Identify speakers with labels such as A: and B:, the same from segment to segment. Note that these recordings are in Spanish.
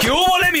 A: ¿Qué hubo, le, mi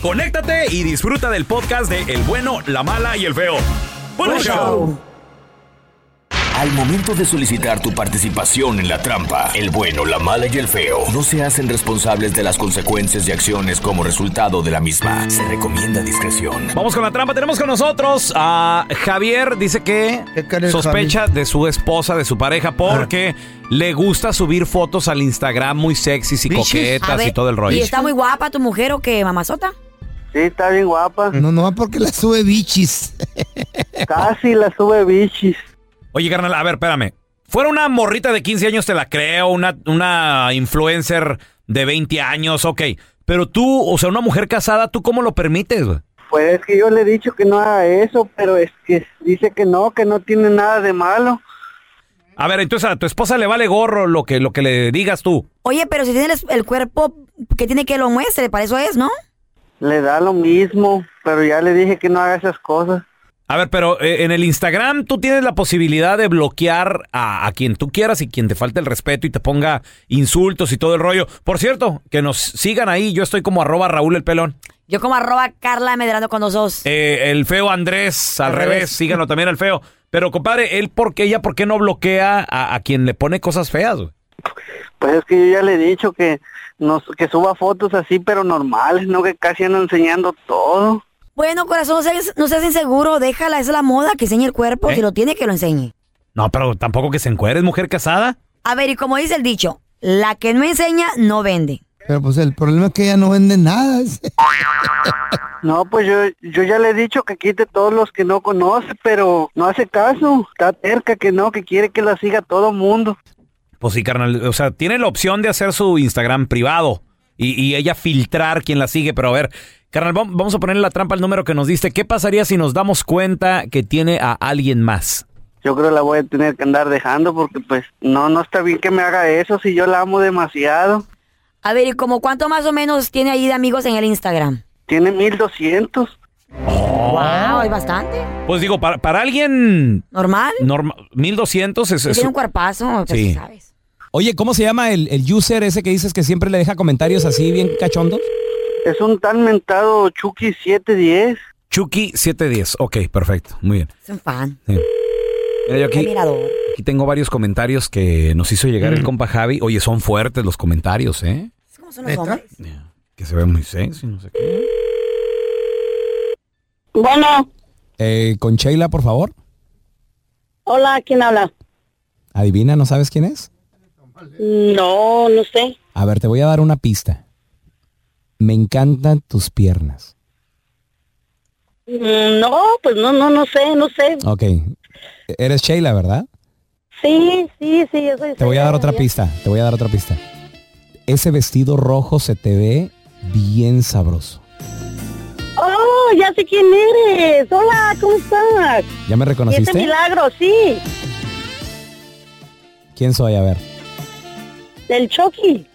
A: conéctate y disfruta del podcast de El bueno, la mala y el feo. Bueno
B: Buen
A: show.
B: show. Al momento de solicitar tu participación en la trampa, el bueno, la mala y el feo no se hacen responsables de las consecuencias y acciones como resultado de la misma. Se recomienda discreción.
A: Vamos con la trampa. Tenemos con nosotros a Javier. Dice que
C: crees,
A: sospecha de su esposa, de su pareja, porque le gusta subir fotos al Instagram muy sexys y
C: Bichis.
D: A
A: coquetas
D: ver,
A: y todo el rollo.
D: ¿Y está muy guapa tu mujer o qué, mamazota?
E: Sí, está bien guapa.
C: No, no, porque la sube bichis.
E: Casi Ah, la sube bichis.
A: Oye, carnal, a ver, espérame. Fuera una morrita de 15 años, te la creo, una, una influencer de 20 años, ok. Pero tú, o sea, una mujer casada, ¿tú cómo lo permites? güey?
E: Pues es que yo le he dicho que no haga eso, pero es que dice que no, que no tiene nada de malo.
A: A ver, entonces a tu esposa le vale gorro lo que, lo que le digas tú.
D: Oye, pero si tiene el, el cuerpo que tiene que lo muestre, para eso es, ¿no?
E: Le da lo mismo, pero ya le dije que no haga esas cosas.
A: A ver, pero eh, en el Instagram tú tienes la posibilidad de bloquear a, a quien tú quieras y quien te falte el respeto y te ponga insultos y todo el rollo. Por cierto, que nos sigan ahí. Yo estoy como arroba Raúl el pelón.
D: Yo como arroba Carla Medrano con los dos.
A: Eh, el feo Andrés, al
D: Al
A: revés,
D: revés.
A: síganlo también al feo. Pero compadre, él por qué, ella por qué no bloquea a, a quien le pone cosas feas, güey?
E: Pues es que yo ya le he dicho que nos, que suba fotos así, pero normales, no que casi anda enseñando todo.
D: Bueno, corazón, no seas, no seas inseguro, déjala, esa es la moda, que enseñe el cuerpo,
A: ¿Eh?
D: si lo tiene, que lo enseñe.
A: No, pero tampoco que se encuere, es mujer casada.
D: A ver, y como dice el dicho, la que no enseña, no vende.
C: Pero pues el problema es que ella no vende nada.
E: No, pues yo, yo ya le he dicho que quite todos los que no conoce, pero no hace caso. Está cerca que no, que quiere que la siga todo mundo.
A: Pues sí, carnal, o sea, tiene la opción de hacer su Instagram privado y, y ella filtrar quien la sigue, pero a ver, carnal, vam- vamos a ponerle la trampa al número que nos diste. ¿Qué pasaría si nos damos cuenta que tiene a alguien más?
E: Yo creo la voy a tener que andar dejando porque pues no, no está bien que me haga eso si yo la amo demasiado.
D: A ver, y como cuánto más o menos tiene ahí de amigos en el Instagram.
E: Tiene 1200.
D: Wow, hay bastante.
A: Pues digo, para, para alguien
D: Normal.
A: normal, 1200 es,
D: Si
A: es
D: tiene un cuerpazo, pues
A: Sí.
D: sabes.
F: Oye, ¿cómo se llama el, el user ese que dices que siempre le deja comentarios así bien cachondos?
E: Es un tan mentado Chucky 710.
A: Chucky 710. Ok, perfecto, muy bien.
D: Es un fan.
A: Sí. Mira, yo
D: Qué
A: aquí,
D: mirador.
A: Aquí tengo varios comentarios que nos hizo llegar el compa Javi. Oye, son fuertes los comentarios, ¿eh?
D: Es como son los hombres.
A: Que se ve muy sexy, no sé qué.
G: Bueno,
F: Eh, con Sheila, por favor.
G: hola, ¿quién habla?
F: Adivina, ¿no sabes quién es?
G: No, no sé.
F: A ver, te voy a dar una pista.
A: me encantan tus piernas.
G: Mm, No, pues no, no, no sé, no sé.
A: Ok. Eres Sheila, ¿verdad?
G: Sí, sí, sí, yo soy...
A: Te voy a dar otra pista, te voy a dar otra pista. Ese vestido rojo se te ve bien sabroso.
G: Oh, ya sé quién eres. Hola, ¿cómo estás?
A: ¿Ya me
G: ¿Conociste?
A: reconociste?
G: milagro, sí.
A: ¿Quién soy? A ver.
G: Del Chucky.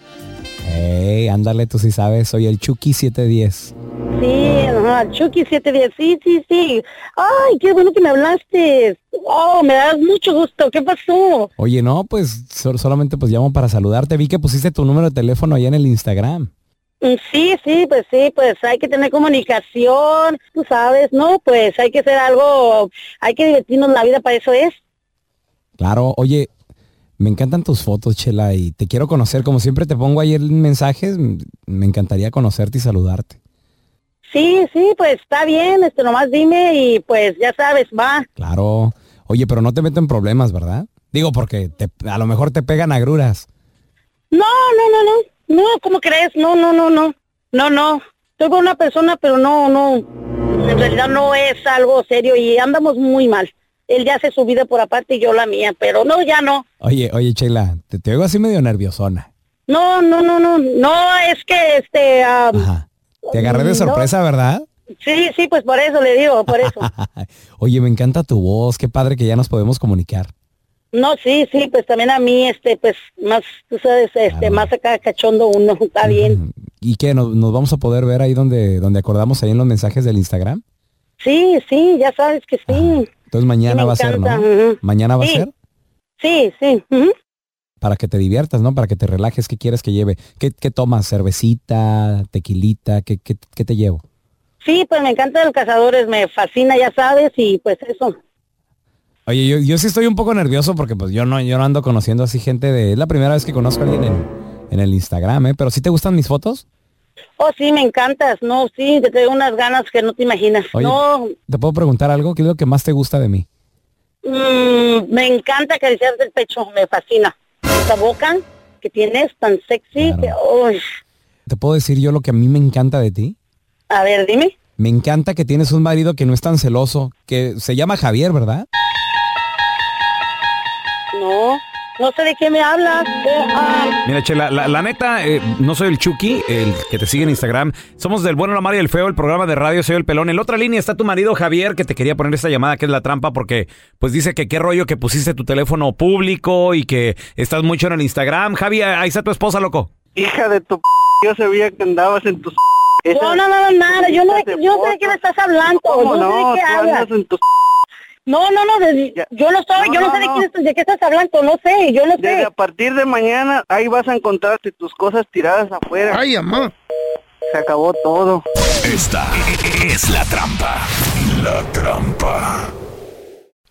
A: Ey, ándale, tú sí sabes, soy el Chucky 710.
G: Sí, ajá, Chucky 710. Sí, sí, sí. Ay, qué bueno que me hablaste. Oh, me das mucho gusto. ¿Qué pasó?
A: Oye, no, pues sol- solamente pues llamo para saludarte. Vi que pusiste tu número de teléfono allá en el Instagram.
G: Mm, Sí, sí, pues sí, pues hay que tener comunicación, tú sabes, ¿no? Pues hay que hacer algo, hay que divertirnos la vida, para eso es.
A: Claro, oye, me encantan tus fotos, Chela, y te quiero conocer. Como siempre te pongo ahí en mensajes, m- me encantaría conocerte y saludarte.
G: Sí, sí, pues está bien, este, nomás dime y pues ya sabes, va.
A: Claro. Oye, pero no te meto en problemas, ¿verdad? Digo, porque te- a lo mejor te pegan agruras.
G: No, no, no, no, no, ¿cómo crees? No, no, no, no, no, no. Estoy con una persona, pero no, no, en realidad no es algo serio y andamos muy mal. Él ya hace su vida por aparte y yo la mía, pero no, ya no.
A: Oye, oye, Chela, te, te oigo así medio nerviosona.
G: No, no, no, no, no, es que este... ah,
A: Te agarré de
G: no.
A: sorpresa, ¿verdad?
G: Sí, sí, pues por eso le digo, por eso.
A: Oye, me encanta tu voz, qué padre que ya nos podemos comunicar.
G: No, sí, sí, pues también a mí, este, pues más, tú sabes,
A: Ah.
G: este, más acá cachondo uno, está bien.
A: ¿Y qué? ¿Nos, nos vamos a poder ver ahí donde, donde acordamos ahí en los mensajes del Instagram?
G: Sí, sí, ya sabes que sí.
A: Entonces Ah, mañana
G: Me
A: va a ser, ¿no?
G: encanta, ujú.
A: Mañana va
G: Sí.
A: a ser
G: Sí, sí. ujú.
A: para que te diviertas, ¿no? Para que te relajes, ¿qué quieres que lleve? ¿Qué, qué tomas? ¿Cervecita? ¿Tequilita? ¿Qué, qué, qué te llevo?
G: Sí, pues me encanta el cazadores, me fascina, ya sabes, y pues eso.
A: Oye, yo, yo sí estoy un poco nervioso porque pues yo no, yo no ando conociendo así gente de... Es la primera vez que conozco a alguien en, en el Instagram, ¿eh? Pero ¿sí te gustan mis fotos?
G: Oh, sí, me encantas, no, sí, te traigo unas ganas que no te imaginas.
A: Oye.
G: No,
A: ¿Te puedo preguntar algo? ¿Qué es lo que más te gusta de mí?
G: mm, me encanta acariciarte el pecho, me fascina. Esa boca que tienes tan sexy, que, uy,
A: ¿Te puedo decir yo lo que a mí me encanta de ti?
G: a ver, dime.
A: Me encanta que tienes un marido que no es tan celoso, que se llama Javier, ¿verdad?
G: No, no sé de qué me hablas. eh, ah,
H: Mira, Chela, la, la neta, eh, no soy el Chucky, el que te sigue en Instagram. Somos del Bueno, la Mara y el Feo, el programa de radio Soy el Pelón. En la otra línea está tu marido Javier, que te quería poner esta llamada, que es la trampa, porque pues dice que qué rollo que pusiste tu teléfono público y que estás mucho en el Instagram. Javi, ahí está tu esposa, loco.
E: Hija de tu p... yo sabía que andabas en tus...
G: Yo no hablaba nada, yo no, yo sé de qué me estás hablando,
E: ¿Cómo
G: no, sé
E: no?
G: de qué
E: Tú
G: hablas.
E: andas en tus...
G: No, no, no, de- yo no soy, yo no, sé de, quién estás- de qué estás hablando, no sé, yo no
E: Desde
G: sé.
E: a partir de mañana ahí vas a encontrarte tus cosas tiradas afuera. Ay, mamá. Se acabó todo.
I: Esta es la trampa. La trampa.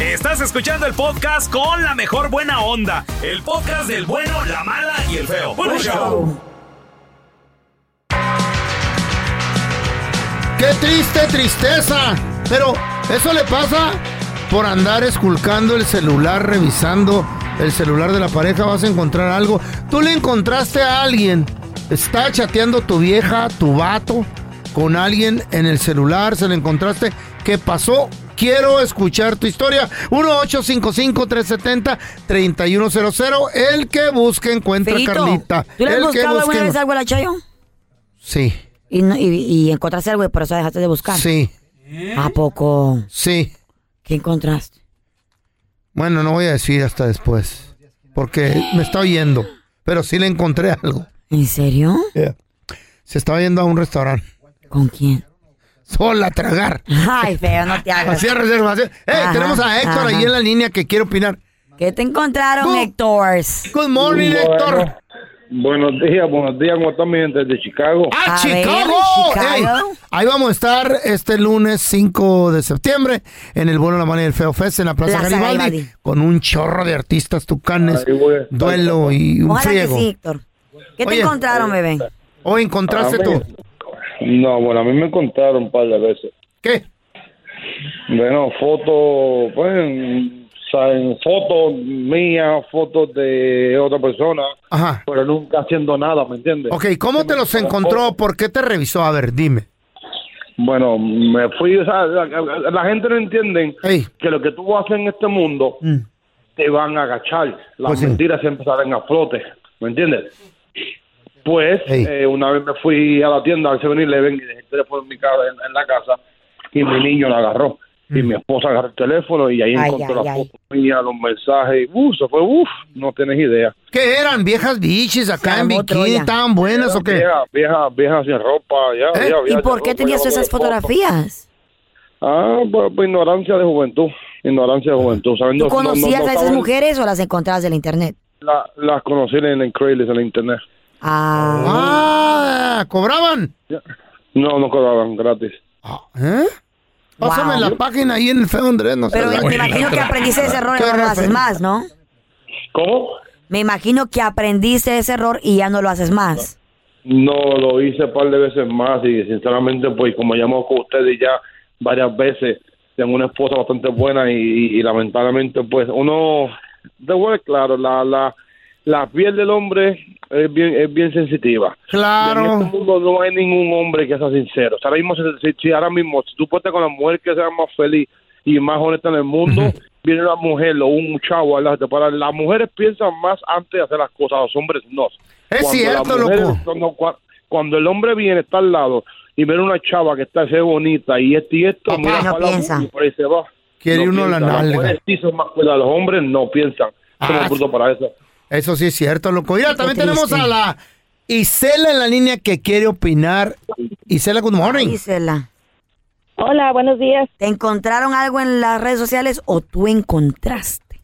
H: Estás escuchando el podcast con la mejor buena onda. El podcast del bueno, la mala y el feo.
C: ¡Qué triste tristeza! Pero eso le pasa por andar esculcando el celular, revisando el celular de la pareja, vas a encontrar algo. Tú le encontraste a alguien, está chateando tu vieja, tu vato, con alguien en el celular, se le encontraste. ¿Qué pasó? Quiero escuchar tu historia. 1-855-370-3100. El que busque encuentra
D: Feito,
C: Carlita.
D: ¿Tú le has
C: el que
D: buscado alguna
C: busque-
D: vez algo a la Chayo?
C: Sí.
D: Y, no- y, y encontraste algo y por eso dejaste de buscar.
C: Sí.
D: ¿Eh? ¿A poco?
C: Sí.
D: ¿Qué encontraste?
C: Bueno, no voy a decir hasta después. Porque me está oyendo. Pero sí le encontré algo.
D: ¿En serio?
C: Se estaba yendo a un restaurante.
D: ¿Con quién?
C: Sola a tragar.
D: Ay, feo, no te hagas.
C: Hacía reservación. ¡Ey! Eh,
D: Ajá,
C: tenemos a Héctor
D: ajá.
C: ahí en la línea que quiere opinar.
D: ¿Qué te encontraron, Héctor? Good
C: morning, Héctor.
J: Buenos días, buenos días, ¿cómo están mi gente desde Chicago?
C: ¡Ah, Chicago! Ey, ahí vamos a estar este lunes 5 de septiembre en el vuelo La Mano y el Feo Fest en la Plaza,
D: Plaza
C: Garibaldi,
D: Garibaldi.
C: con un chorro de artistas tucanes, duelo y un
D: Ojalá
C: friego.
D: que sí, Héctor. ¿Qué te
C: Oye.
D: encontraron,
J: eh,
D: bebé?
C: Hoy encontraste
J: A mí-
C: tú.
J: No, bueno, a mí me encontraron un par de veces.
C: ¿Qué?
J: Bueno, fotos, pues, en- o sea, en fotos mías, fotos de otra persona,
C: Ajá.
J: pero nunca haciendo nada, ¿me entiendes?
C: Ok, ¿cómo te los encontró? ¿Por qué te revisó? A ver, dime.
J: Bueno, me fui, o sea, la, la- la gente no entiende que lo que tú haces en este mundo te van a agachar. Las
C: Mm. Pues sí.
J: mentiras siempre salen a flote, ¿me entiendes? Pues,
C: Ey.
J: eh, una vez me fui a la tienda, al venir le ven y dejé el teléfono en, mi casa, en, en la casa y mi niño lo agarró. Y
C: Mm.
J: mi esposa agarró el teléfono y ahí
C: Ay,
J: encontró
C: ay,
J: la
C: ay.
J: foto mía, los mensajes. y, Uh, se fue, uff, no tienes idea.
C: ¿Qué eran? ¿Viejas bichis acá en bikini?
J: Troya.
C: ¿Estaban buenas o qué? ¿Eh?
J: Viejas, viejas, viejas sin ropa. Ya, ya,
D: ¿Y
J: ya,
D: por
J: ya,
D: qué
J: ropa,
D: tenías
J: ya,
D: tú esas
J: ya, ropa.
D: fotografías?
J: Ah, por, por ignorancia de juventud. Ignorancia de juventud. ¿sabes?
D: ¿Tú
J: No- no- no-
D: conocías
J: no
D: a esas
J: saben-
D: mujeres o las encontrabas del internet?
J: la- las conocí en el Craigslist, en el internet.
D: Ah.
C: ah ¿Cobraban?
J: No, no cobraban, gratis.
C: ¿Eh? Pásame la página ahí en el Feo Andrés. No
D: Pero me imagino que aprendiste ese error y ya no lo haces más, ¿no?
J: ¿Cómo?
D: Me imagino que aprendiste ese error y ya no lo haces más.
J: No, lo hice un par de veces más y sinceramente, pues como ya hemos con ustedes ya varias veces, tengo una esposa bastante buena y, y lamentablemente, pues uno, de bueno, claro, la, la, la piel del hombre es bien, es bien sensitiva.
C: Claro.
J: Y En este mundo no hay ningún hombre que sea sincero. O sea, ahora mismo, si, si- si ahora mismo, si tú puedes estar con la mujer que sea más feliz y más honesta en el mundo, viene una mujer o un chavo a hablarte para las mujeres piensan más antes de hacer las cosas, los hombres no.
C: Es
J: las
C: cierto,
J: mujeres-
C: loco.
J: Cuando, cua- cuando el hombre viene, está al lado y ve una chava que está se ve bonita y esto y esto, mira
D: no
J: para la
D: piensa.
J: boca y por ahí se va.
C: Quiere uno la
J: piensa. Las
C: nalga. Ah,
J: mujeres sí son más cuerdas, los hombres no piensan. Somos brutos para eso.
C: Eso sí es cierto, loco. Mira, también tenemos
J: triste.
C: a la Isela en la línea que quiere opinar. Isela, good morning.
D: Isela.
K: Hola, buenos días.
D: ¿Te encontraron algo en las redes sociales o tú encontraste?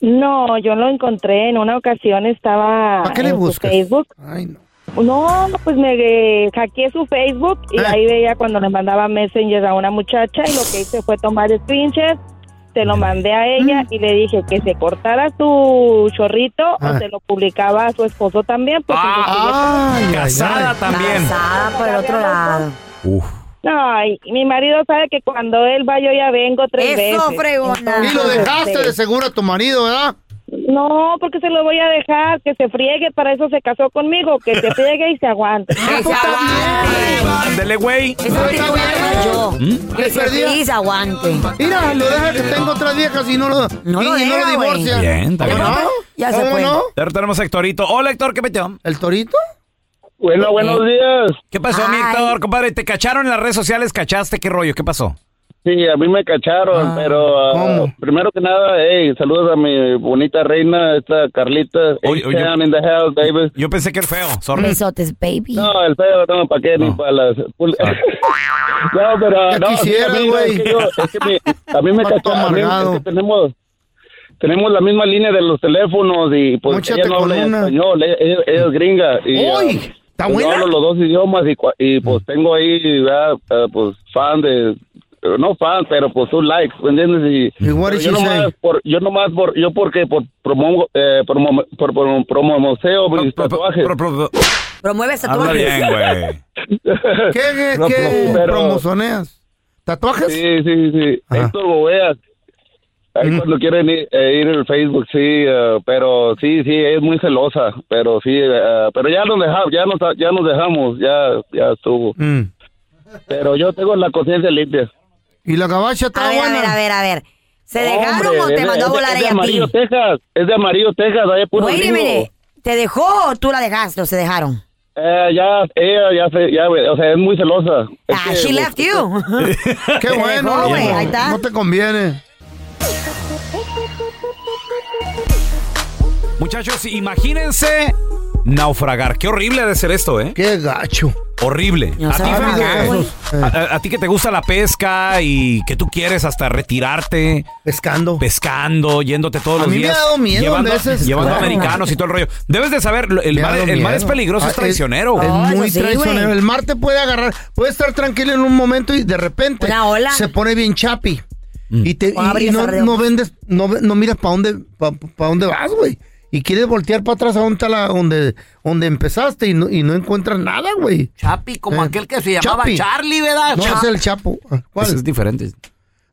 K: No, yo lo encontré en una ocasión, estaba en su Facebook. no. pues me eh, hackeé su Facebook y
C: Ah.
K: ahí veía cuando le mandaba Messenger a una muchacha y lo que hice fue tomar screenshots, se lo mandé a
C: Mm.
K: ella y le dije que se cortara su chorrito
A: Ah.
K: o se lo publicaba a su esposo también. Pues, entonces yo-
A: Casada también.
D: Casada por el otro lado.
K: No, y mi marido sabe que cuando él va yo ya vengo tres veces.
D: Eso, fregona.
K: Entonces,
C: Y lo dejaste
K: este,
C: de seguro a tu marido, ¿verdad?
K: No, porque se lo voy a dejar, que se friegue, para eso se casó conmigo, que se friegue y se aguante.
A: Ándele, güey. ¿Mm?
D: yo. Que se
C: perdida.
D: feliz aguante.
C: Mira, lo deja que tengo tres viejas y no lo,
D: No
C: y, y
D: lo
C: no
D: deja,
C: lo
D: güey.
C: divorcia.
A: Bien, está bien.
C: ¿Cómo no?
D: Ya
A: se
C: ¿Cómo
A: fue.
C: no?
A: Ahora tenemos a Héctorito. Hola, Héctor, ¿qué metió?
C: ¿El Torito?
J: Bueno, buenos días.
A: ¿Qué pasó, mi
J: Ay.
A: Héctor, compadre? ¿Te cacharon en las redes sociales? ¿Cachaste? ¿Qué rollo? ¿Qué pasó?
J: Sí, a mí me cacharon, pero ah, primero que nada, hey, saludos a mi bonita reina, esta Carlita. Hey,
A: oye.
J: Sam in the house, Davis.
A: Yo pensé que el feo, sorry.
D: Besotes, baby.
J: No, el feo, no, ¿para qué? Ni para las... no, pero...
C: Ya
J: no, sí,
C: quisieras,
J: a mí, no,
C: güey.
J: es que yo- es que me- a mí me
C: Pato
J: cacharon, a mí-
C: amargado.
J: es que tenemos... Tenemos la misma línea de los teléfonos y pues
C: Móchate
J: ella no
C: con
J: habla
C: una.
J: español, ella, ella- ella es gringa. Y, ah,
C: ¡Uy! ¿Está
J: yo
C: buena? Mm.
L: ah,
J: hablo los dos idiomas y, cua- y, pues tengo ahí, ¿verdad? Ah, pues fan de
L: pues, no fan, pero pues un like, ¿me entiendes? Y,
C: what did
L: yo,
C: she
L: nomás
C: say?
L: por, yo nomás por, yo porque por promongo, eh, promo, por, por, promomuseo mis tatuajes.
D: Promueves
L: Habla
D: tatuajes.
L: bien, güey.
C: ¿Qué, qué,
L: No,
C: qué
L: pero-
C: promocioneas? ¿Tatuajes?
L: Sí, sí, sí. Héctor Boveas. Ahí cuando quieren ir, eh, ir el Facebook, sí, eh, pero sí, sí, es muy celosa, pero sí, eh, pero ya nos dejamos, ya nos, ya nos dejamos, ya, ya estuvo.
C: Mm.
L: Pero yo tengo la conciencia limpia.
C: ¿Y la gabacha está
D: A ver, a ver, Ah, a ver, a ver. ¿Se dejaron
L: Ah,
D: o
L: Hombre,
D: te
L: es
D: mandó
L: de-
D: a volar
L: es de
D: ella a ti?
L: Amarillo, Texas, es de Amarillo, Texas, ahí es puro
D: Wait a
L: gringo.
D: minute. ¿Te dejó o tú la dejaste o se dejaron?
L: Eh, ya, ella, ya, se- ya, güey, o sea, es muy celosa. Es
D: Ah,
L: que-
D: she left you.
C: Qué
D: Te
C: bueno,
D: dejó, güey,
C: no,
D: ahí está.
C: no te conviene.
A: Muchachos, imagínense naufragar. Qué horrible ha de ser esto, ¿eh?
C: Qué gacho. Eh.
A: Horrible.
C: Ya
A: a, ti,
C: sabes,
A: Fernan,
C: ya, güey.
A: a- a- a ti que te gusta la pesca y que tú quieres hasta retirarte.
C: Pescando.
A: Pescando, yéndote todos
C: A
A: los
C: mí me
A: días.
C: ha dado miedo
A: Llevando,
C: a veces,
A: llevando
C: claro.
A: americanos y todo el rollo. Debes de saber, el,
C: Me ha
A: mar,
C: dado
A: el mar
C: miedo.
A: es peligroso,
C: Ah,
A: es traicionero.
C: Es, muy
A: pues
C: traicionero. El mar te puede agarrar, puede estar tranquilo en un momento y de repente se pone bien chapi.
A: Mm.
C: Y, te,
D: O
C: y-
D: abres
C: y no,
D: arriba.
C: no vendes, no, ve- no miras para dónde, pa, pa dónde vas, güey. Y quieres voltear para atrás a donde, está la- donde, donde empezaste y no, y no encuentras nada, güey.
M: Chapi, como
C: Eh,
M: aquel que se llamaba
C: Chapi.
M: Charlie, ¿verdad?
C: No,
M: Cha-
C: es el Chapo. Ah, ¿Cuál?
A: Ese es diferente.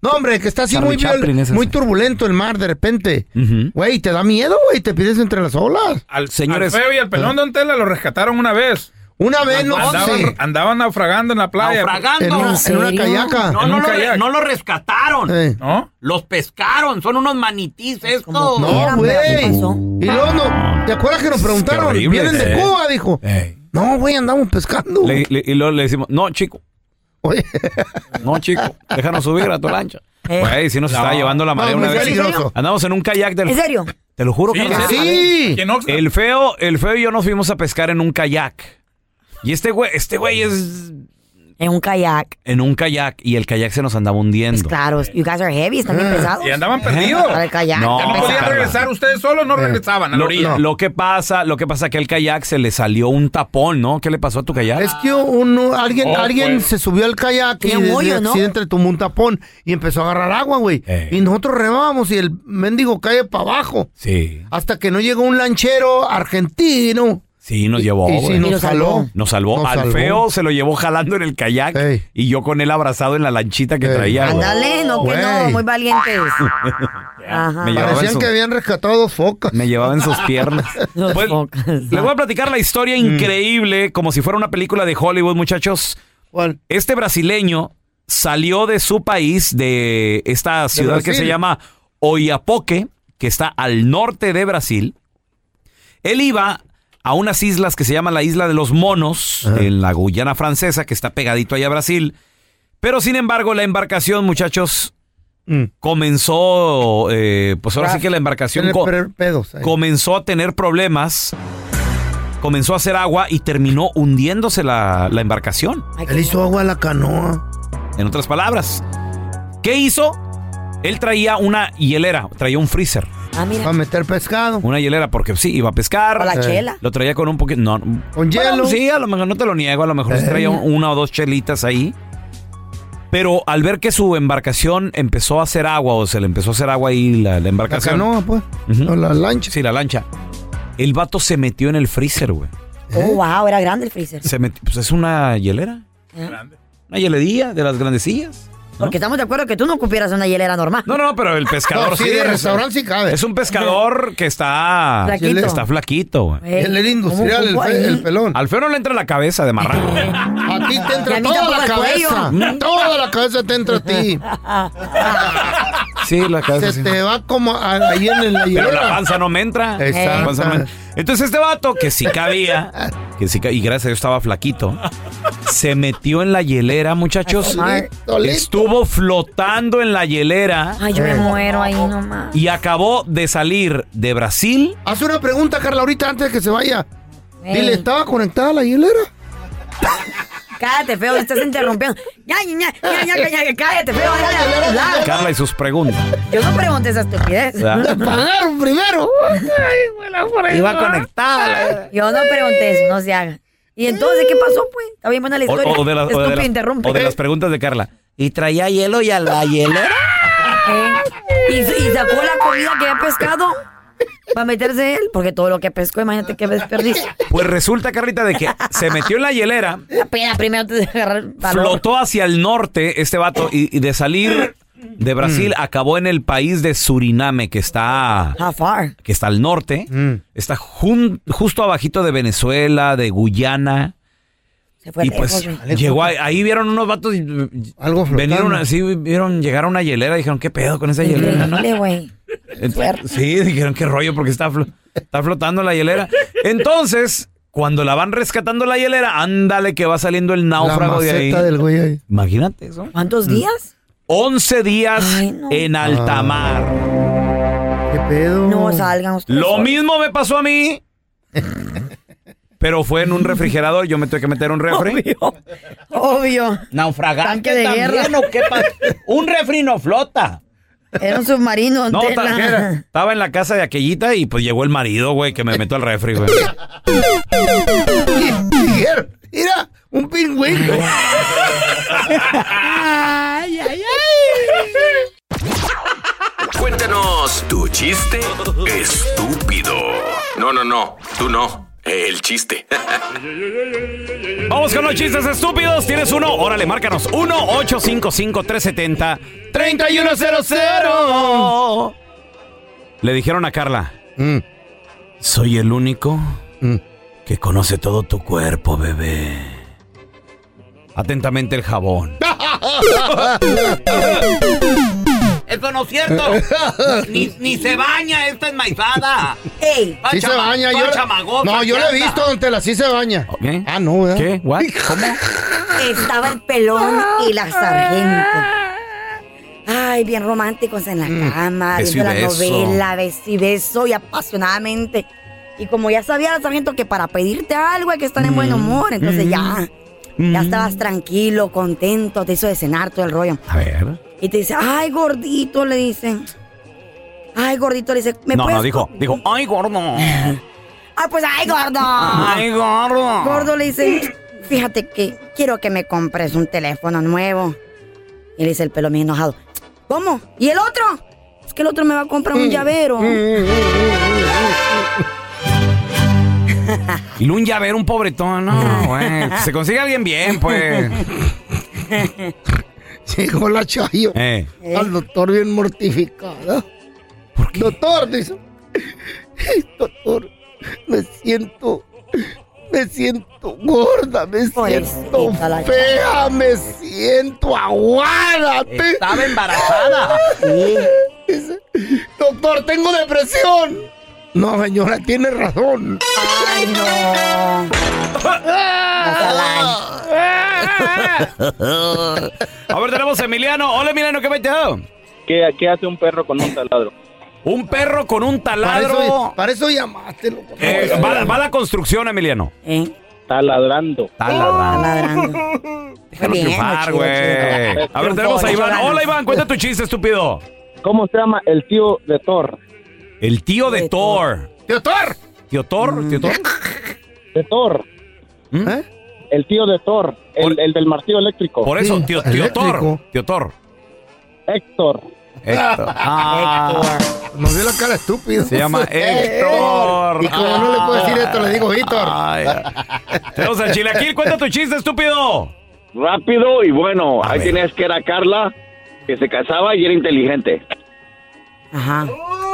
C: No, hombre, que está así
A: Charlie
C: muy, viol-
A: Chaplin es ese.
C: muy turbulento el mar de repente. Güey, te da miedo, güey, te pides entre las olas.
N: Al,
C: Señores-
N: al feo y al pelón de Antela lo rescataron una vez.
C: Una vez, no,
N: andaban,
C: sí.
N: andaban naufragando en la playa.
M: Naufragando.
C: En una- en una callaca.
M: No,
N: En
M: no,
N: un
M: lo,
N: kayak.
M: no lo rescataron.
N: ¿No?
M: Los pescaron. Son unos manitís estos.
C: No, güey. Y luego, no, ¿te acuerdas que nos preguntaron?
A: horrible.
C: Vienen de
A: Eh.
C: Cuba, dijo. No, güey, andamos pescando.
A: Le- le- y luego le decimos, no, chico. No, chico, déjanos subir a tu lancha.
D: Eh.
A: Güey, si nos
D: No.
A: estaba llevando la
D: No,
A: marea
D: muy
A: una vez.
D: peligroso.
A: Andamos en un kayak del...
D: ¿En serio?
A: Te lo juro
D: Sí,
A: que
D: ¿en serio?
C: Sí.
A: El feo, el feo y yo nos fuimos a pescar en un kayak. Y este güey, este güey es
D: En un kayak.
A: en un kayak y el kayak se nos andaba hundiendo.
D: Claro, you guys are heavy, están bien pesados.
A: Y andaban
N: perdidos.
D: Para el kayak.
A: No,
D: está
A: no
D: pesado.
A: podían
N: regresar ustedes solos, no regresaban a la
A: Lo,
N: orilla.
A: lo que pasa, lo que pasa que al kayak se le salió un tapón, ¿no? ¿Qué le pasó a tu kayak?
C: Es que uno, alguien,
A: Oh,
C: alguien
A: pues.
C: se subió al kayak y
A: Tenía un
C: desde
A: hoyo,
C: el
A: ¿no?
C: accidente le tomó un tapón y empezó a agarrar agua, güey. Y nosotros remábamos y el mendigo cae para abajo.
A: Sí.
C: Hasta que no llegó un lanchero argentino.
A: Sí, nos llevó.
C: Y sí,
A: güey.
C: nos jaló.
A: Nos salvó.
C: Nos
A: Al
C: salvó.
A: feo se lo llevó jalando en el kayak y yo con él abrazado en la lanchita que traía. güey.
D: Ándale, no, que no,
A: Güey.
D: muy
A: ¿Eh?
D: valientes. Ajá.
A: Me llevaba en
C: Parecían
A: su-
C: que habían rescatado dos focas.
A: Me llevaba en sus piernas. Pues, les voy a platicar la historia increíble, como si fuera una película de Hollywood, muchachos. Este brasileño salió de su país, de esta ciudad que
O: Brasil.
A: se llama Oiapoque, que está al norte de Brasil. Él iba a unas islas que se llama la Isla de los Monos, en la Guyana Francesa, que está pegadito allá a Brasil. Pero sin embargo, la embarcación, muchachos, comenzó, eh, pues ahora sí que la embarcación
C: Tiene
A: co-
C: pre- pedos. eh. ahí.
A: comenzó a tener problemas, comenzó a hacer agua y terminó hundiéndose la, la embarcación.
C: Él hizo agua a la canoa.
A: En otras palabras, ¿qué hizo? Él traía una hielera, traía un freezer.
D: Ah, mira.
C: Para meter pescado.
A: Una hielera, porque sí, iba a pescar.
D: Para la chela.
A: Lo traía con un poquito. No,
C: con hielo. Eh.
A: Sí, a lo mejor no te lo niego, a lo mejor sí traía un- una o dos chelitas ahí. Pero al ver que su embarcación empezó a hacer agua, o se le empezó a hacer agua ahí la, la
C: La
A: embarcación.
C: canoa, pues.
A: Ujú.
C: la lancha.
A: Sí, la lancha. El vato se metió en el freezer, güey.
D: Oh, wow, era grande el freezer.
A: Se metió, pues es una hielera.
D: Ah.
A: Una hieledilla de las grandecillas.
D: Porque estamos de acuerdo que tú no ocupieras una hielera normal.
A: No, no, pero el pescador
D: No, Oh, sí,
A: sí.
D: de
A: es-
D: restaurante sí cabe.
A: Es un pescador que está
D: Flaquito.
A: que está flaquito, güey.
D: Ey, Él era industrial, ¿cómo el fe- ahí? el
C: pelón.
A: Al feo no le entra la cabeza de marrano.
C: A ti te
D: Y a
C: entra
D: mí
C: toda
D: tampoco
C: la
D: el cuello.
C: cabeza.
D: Mm.
C: Toda la cabeza te entra a ti.
A: Sí, la cabeza.
C: Se
A: sí.
C: te va como a- ahí en el.
A: Pero la panza no me entra.
C: Exacto.
A: La panza no me entra. Entonces este vato, que sí cabía, que sí ca- y gracias a Dios estaba flaquito, se metió en la hielera, muchachos.
D: Ay, solito.
A: Estuvo flotando en la hielera.
D: Ay, yo me muero ahí nomás.
A: Y acabó de salir de Brasil.
C: Haz una pregunta, Carla, ahorita antes de que se vaya.
D: Ey.
C: Dile, ¿estaba conectada la hielera?
D: Cállate, feo, estás interrumpiendo. Ya, ya, ya, ya, ya, ya, ya, cállate, feo, ya, ya, ya, ya.
A: Carla y sus preguntas.
D: Yo no pregunté esa estupidez.
A: Ah. Te
C: pagaron primero.
D: Iba conectada. Yo no pregunté eso, no se haga. Y entonces, ¿qué pasó, pues? Está bien buena la
A: O,
D: historia.
A: o de las, o de
D: Estúpido,
A: las-
D: interrumpe.
A: o de las preguntas de Carla.
O: y traía hielo y a la hielera.
D: ¿Eh? ¿Y, y sacó la comida que había pescado para meterse él, porque todo lo que pescó, imagínate qué desperdicio.
A: Pues resulta, Carlita, de que se metió en la hielera,
D: La pena primero antes de agarrar el valor.
A: flotó hacia el norte este vato y, y de salir de Brasil acabó en el país de Suriname, que está,
D: How far?
A: que está al norte, está jun- justo abajito de Venezuela, de Guyana.
D: Se fue
A: y
D: lejos,
A: pues
D: güey.
A: llegó ahí, ahí vieron unos vatos y,
C: algo
A: vinieron así vieron llegar a una hielera dijeron qué pedo con
C: Pues
A: esa hielera no?
D: Increíble, güey.
A: Entonces, sí, dijeron qué rollo porque está, flo- está flotando la hielera. Entonces, cuando la van rescatando la hielera, ándale que va saliendo el
C: La
A: náufrago de ahí.
C: maceta del güey ahí.
A: Imagínate eso. Mm.
D: ¿Cuántos días?
A: 11 días en alta mar.
C: Ah. ¿Qué pedo?
A: Mm.
D: No salgan ustedes.
A: Lo
D: solos.
A: mismo me pasó a mí. Pero fue en un refrigerador, yo me tuve que meter un refri.
O: Obvio.
A: Naufragaste
O: Tanque de guerra.
A: Un refri no flota.
O: Era un submarino.
A: No,
O: antena.
A: ta- estaba en la casa de aquellita y pues llegó el marido, güey, que me metió al refri, güey.
C: Mira, mira, un pingüino.
O: ay, ay, ay.
B: Cuéntanos tu chiste estúpido. No, no, no, tú no. El chiste.
A: Vamos con los chistes estúpidos. ¿Tienes uno? Órale, márcanos. 1-855-370-3100. Le dijeron a Carla.
C: Mm.
A: Soy el único que conoce todo tu cuerpo, bebé. Atentamente el jabón.
M: Eso no es cierto. Ni, ni se baña esta enmaizada.
D: ¡Ey!
A: Ah,
O: Ah,
C: Sí se baña. Yo, no, yo lo he visto, don Tela, sí se baña. Ah, no, ¿verdad?
A: ¿Qué? ¿What? ¿Cómo?
D: Estaba el pelón y la sargento. Ay, bien románticos en la cama,
O: beso y
D: viendo la
O: beso.
D: novela, beso y beso y apasionadamente. Y como ya sabía la sargento que para pedirte algo hay que estar en
G: Mm.
D: buen humor, entonces ya, ya estabas tranquilo, contento, te hizo de cenar todo el rollo.
A: A ver.
D: Y te dice, ay, gordito, le dicen. Ay, gordito, le dice, ¿me
A: No,
D: puedes
A: no, dijo, dijo, ay, gordo.
D: Ah, pues, ay, gordo. Ah.
A: Ay, gordo.
D: Gordo le dice, fíjate que quiero que me compres un teléfono nuevo. Y le dice el pelo bien enojado, ¿cómo? ¿Y el otro? Es que el otro me va a comprar un llavero.
A: Y un llavero, un pobretón, no, güey. Se consigue alguien bien, pues.
C: Llegó la chayo
A: Eh.
C: al doctor bien mortificado. Doctor, dice. Doctor, me siento, me siento gorda, me siento
O: Pobrecita la
C: fea,
O: chava.
C: me siento aguada. te-
O: Estaba embarazada.
C: Dice, Doctor, tengo depresión. No, señora, tiene razón.
D: Ay, no.
A: A ver, tenemos a Emiliano. Hola, Emiliano, ¿qué me
P: ¿Qué, ¿Qué hace un perro con un taladro?
A: Un perro con un
C: Para eso,
A: taladro.
C: para eso llamaste, loco.
A: Eh, va, la- va la construcción, Emiliano.
P: Taladrando.
A: Taladrando. Déjalo
P: Bien,
A: triunfar,
P: chido,
A: güey.
P: chido.
A: A ver, tenemos a Iván. Hola, Iván, cuenta tu chiste, estúpido.
P: ¿Cómo se llama el tío de Thor?
A: El tío de Thor. Mm.
C: ¡Tío Thor!
A: ¿Tío Thor? ¿Tío Thor? ¿Mm?
P: De Thor.
C: ¿Eh?
P: El tío de Thor, el, el del martillo eléctrico.
A: Por eso, tío, tío Thor. Tío Thor.
P: Héctor.
A: Héctor. Ah.
C: Nos dio la cara estúpido. Eh.
A: Se llama Héctor.
C: Y como no le puedo decir esto, le digo Víctor.
A: Ay. Tenemos a Chilaquil. Cuenta tu chiste, estúpido.
Q: Rápido y bueno,
A: A
Q: ahí
A: ver.
Q: tienes que era Carla, que se casaba y era inteligente.
D: Ajá.
A: Ah.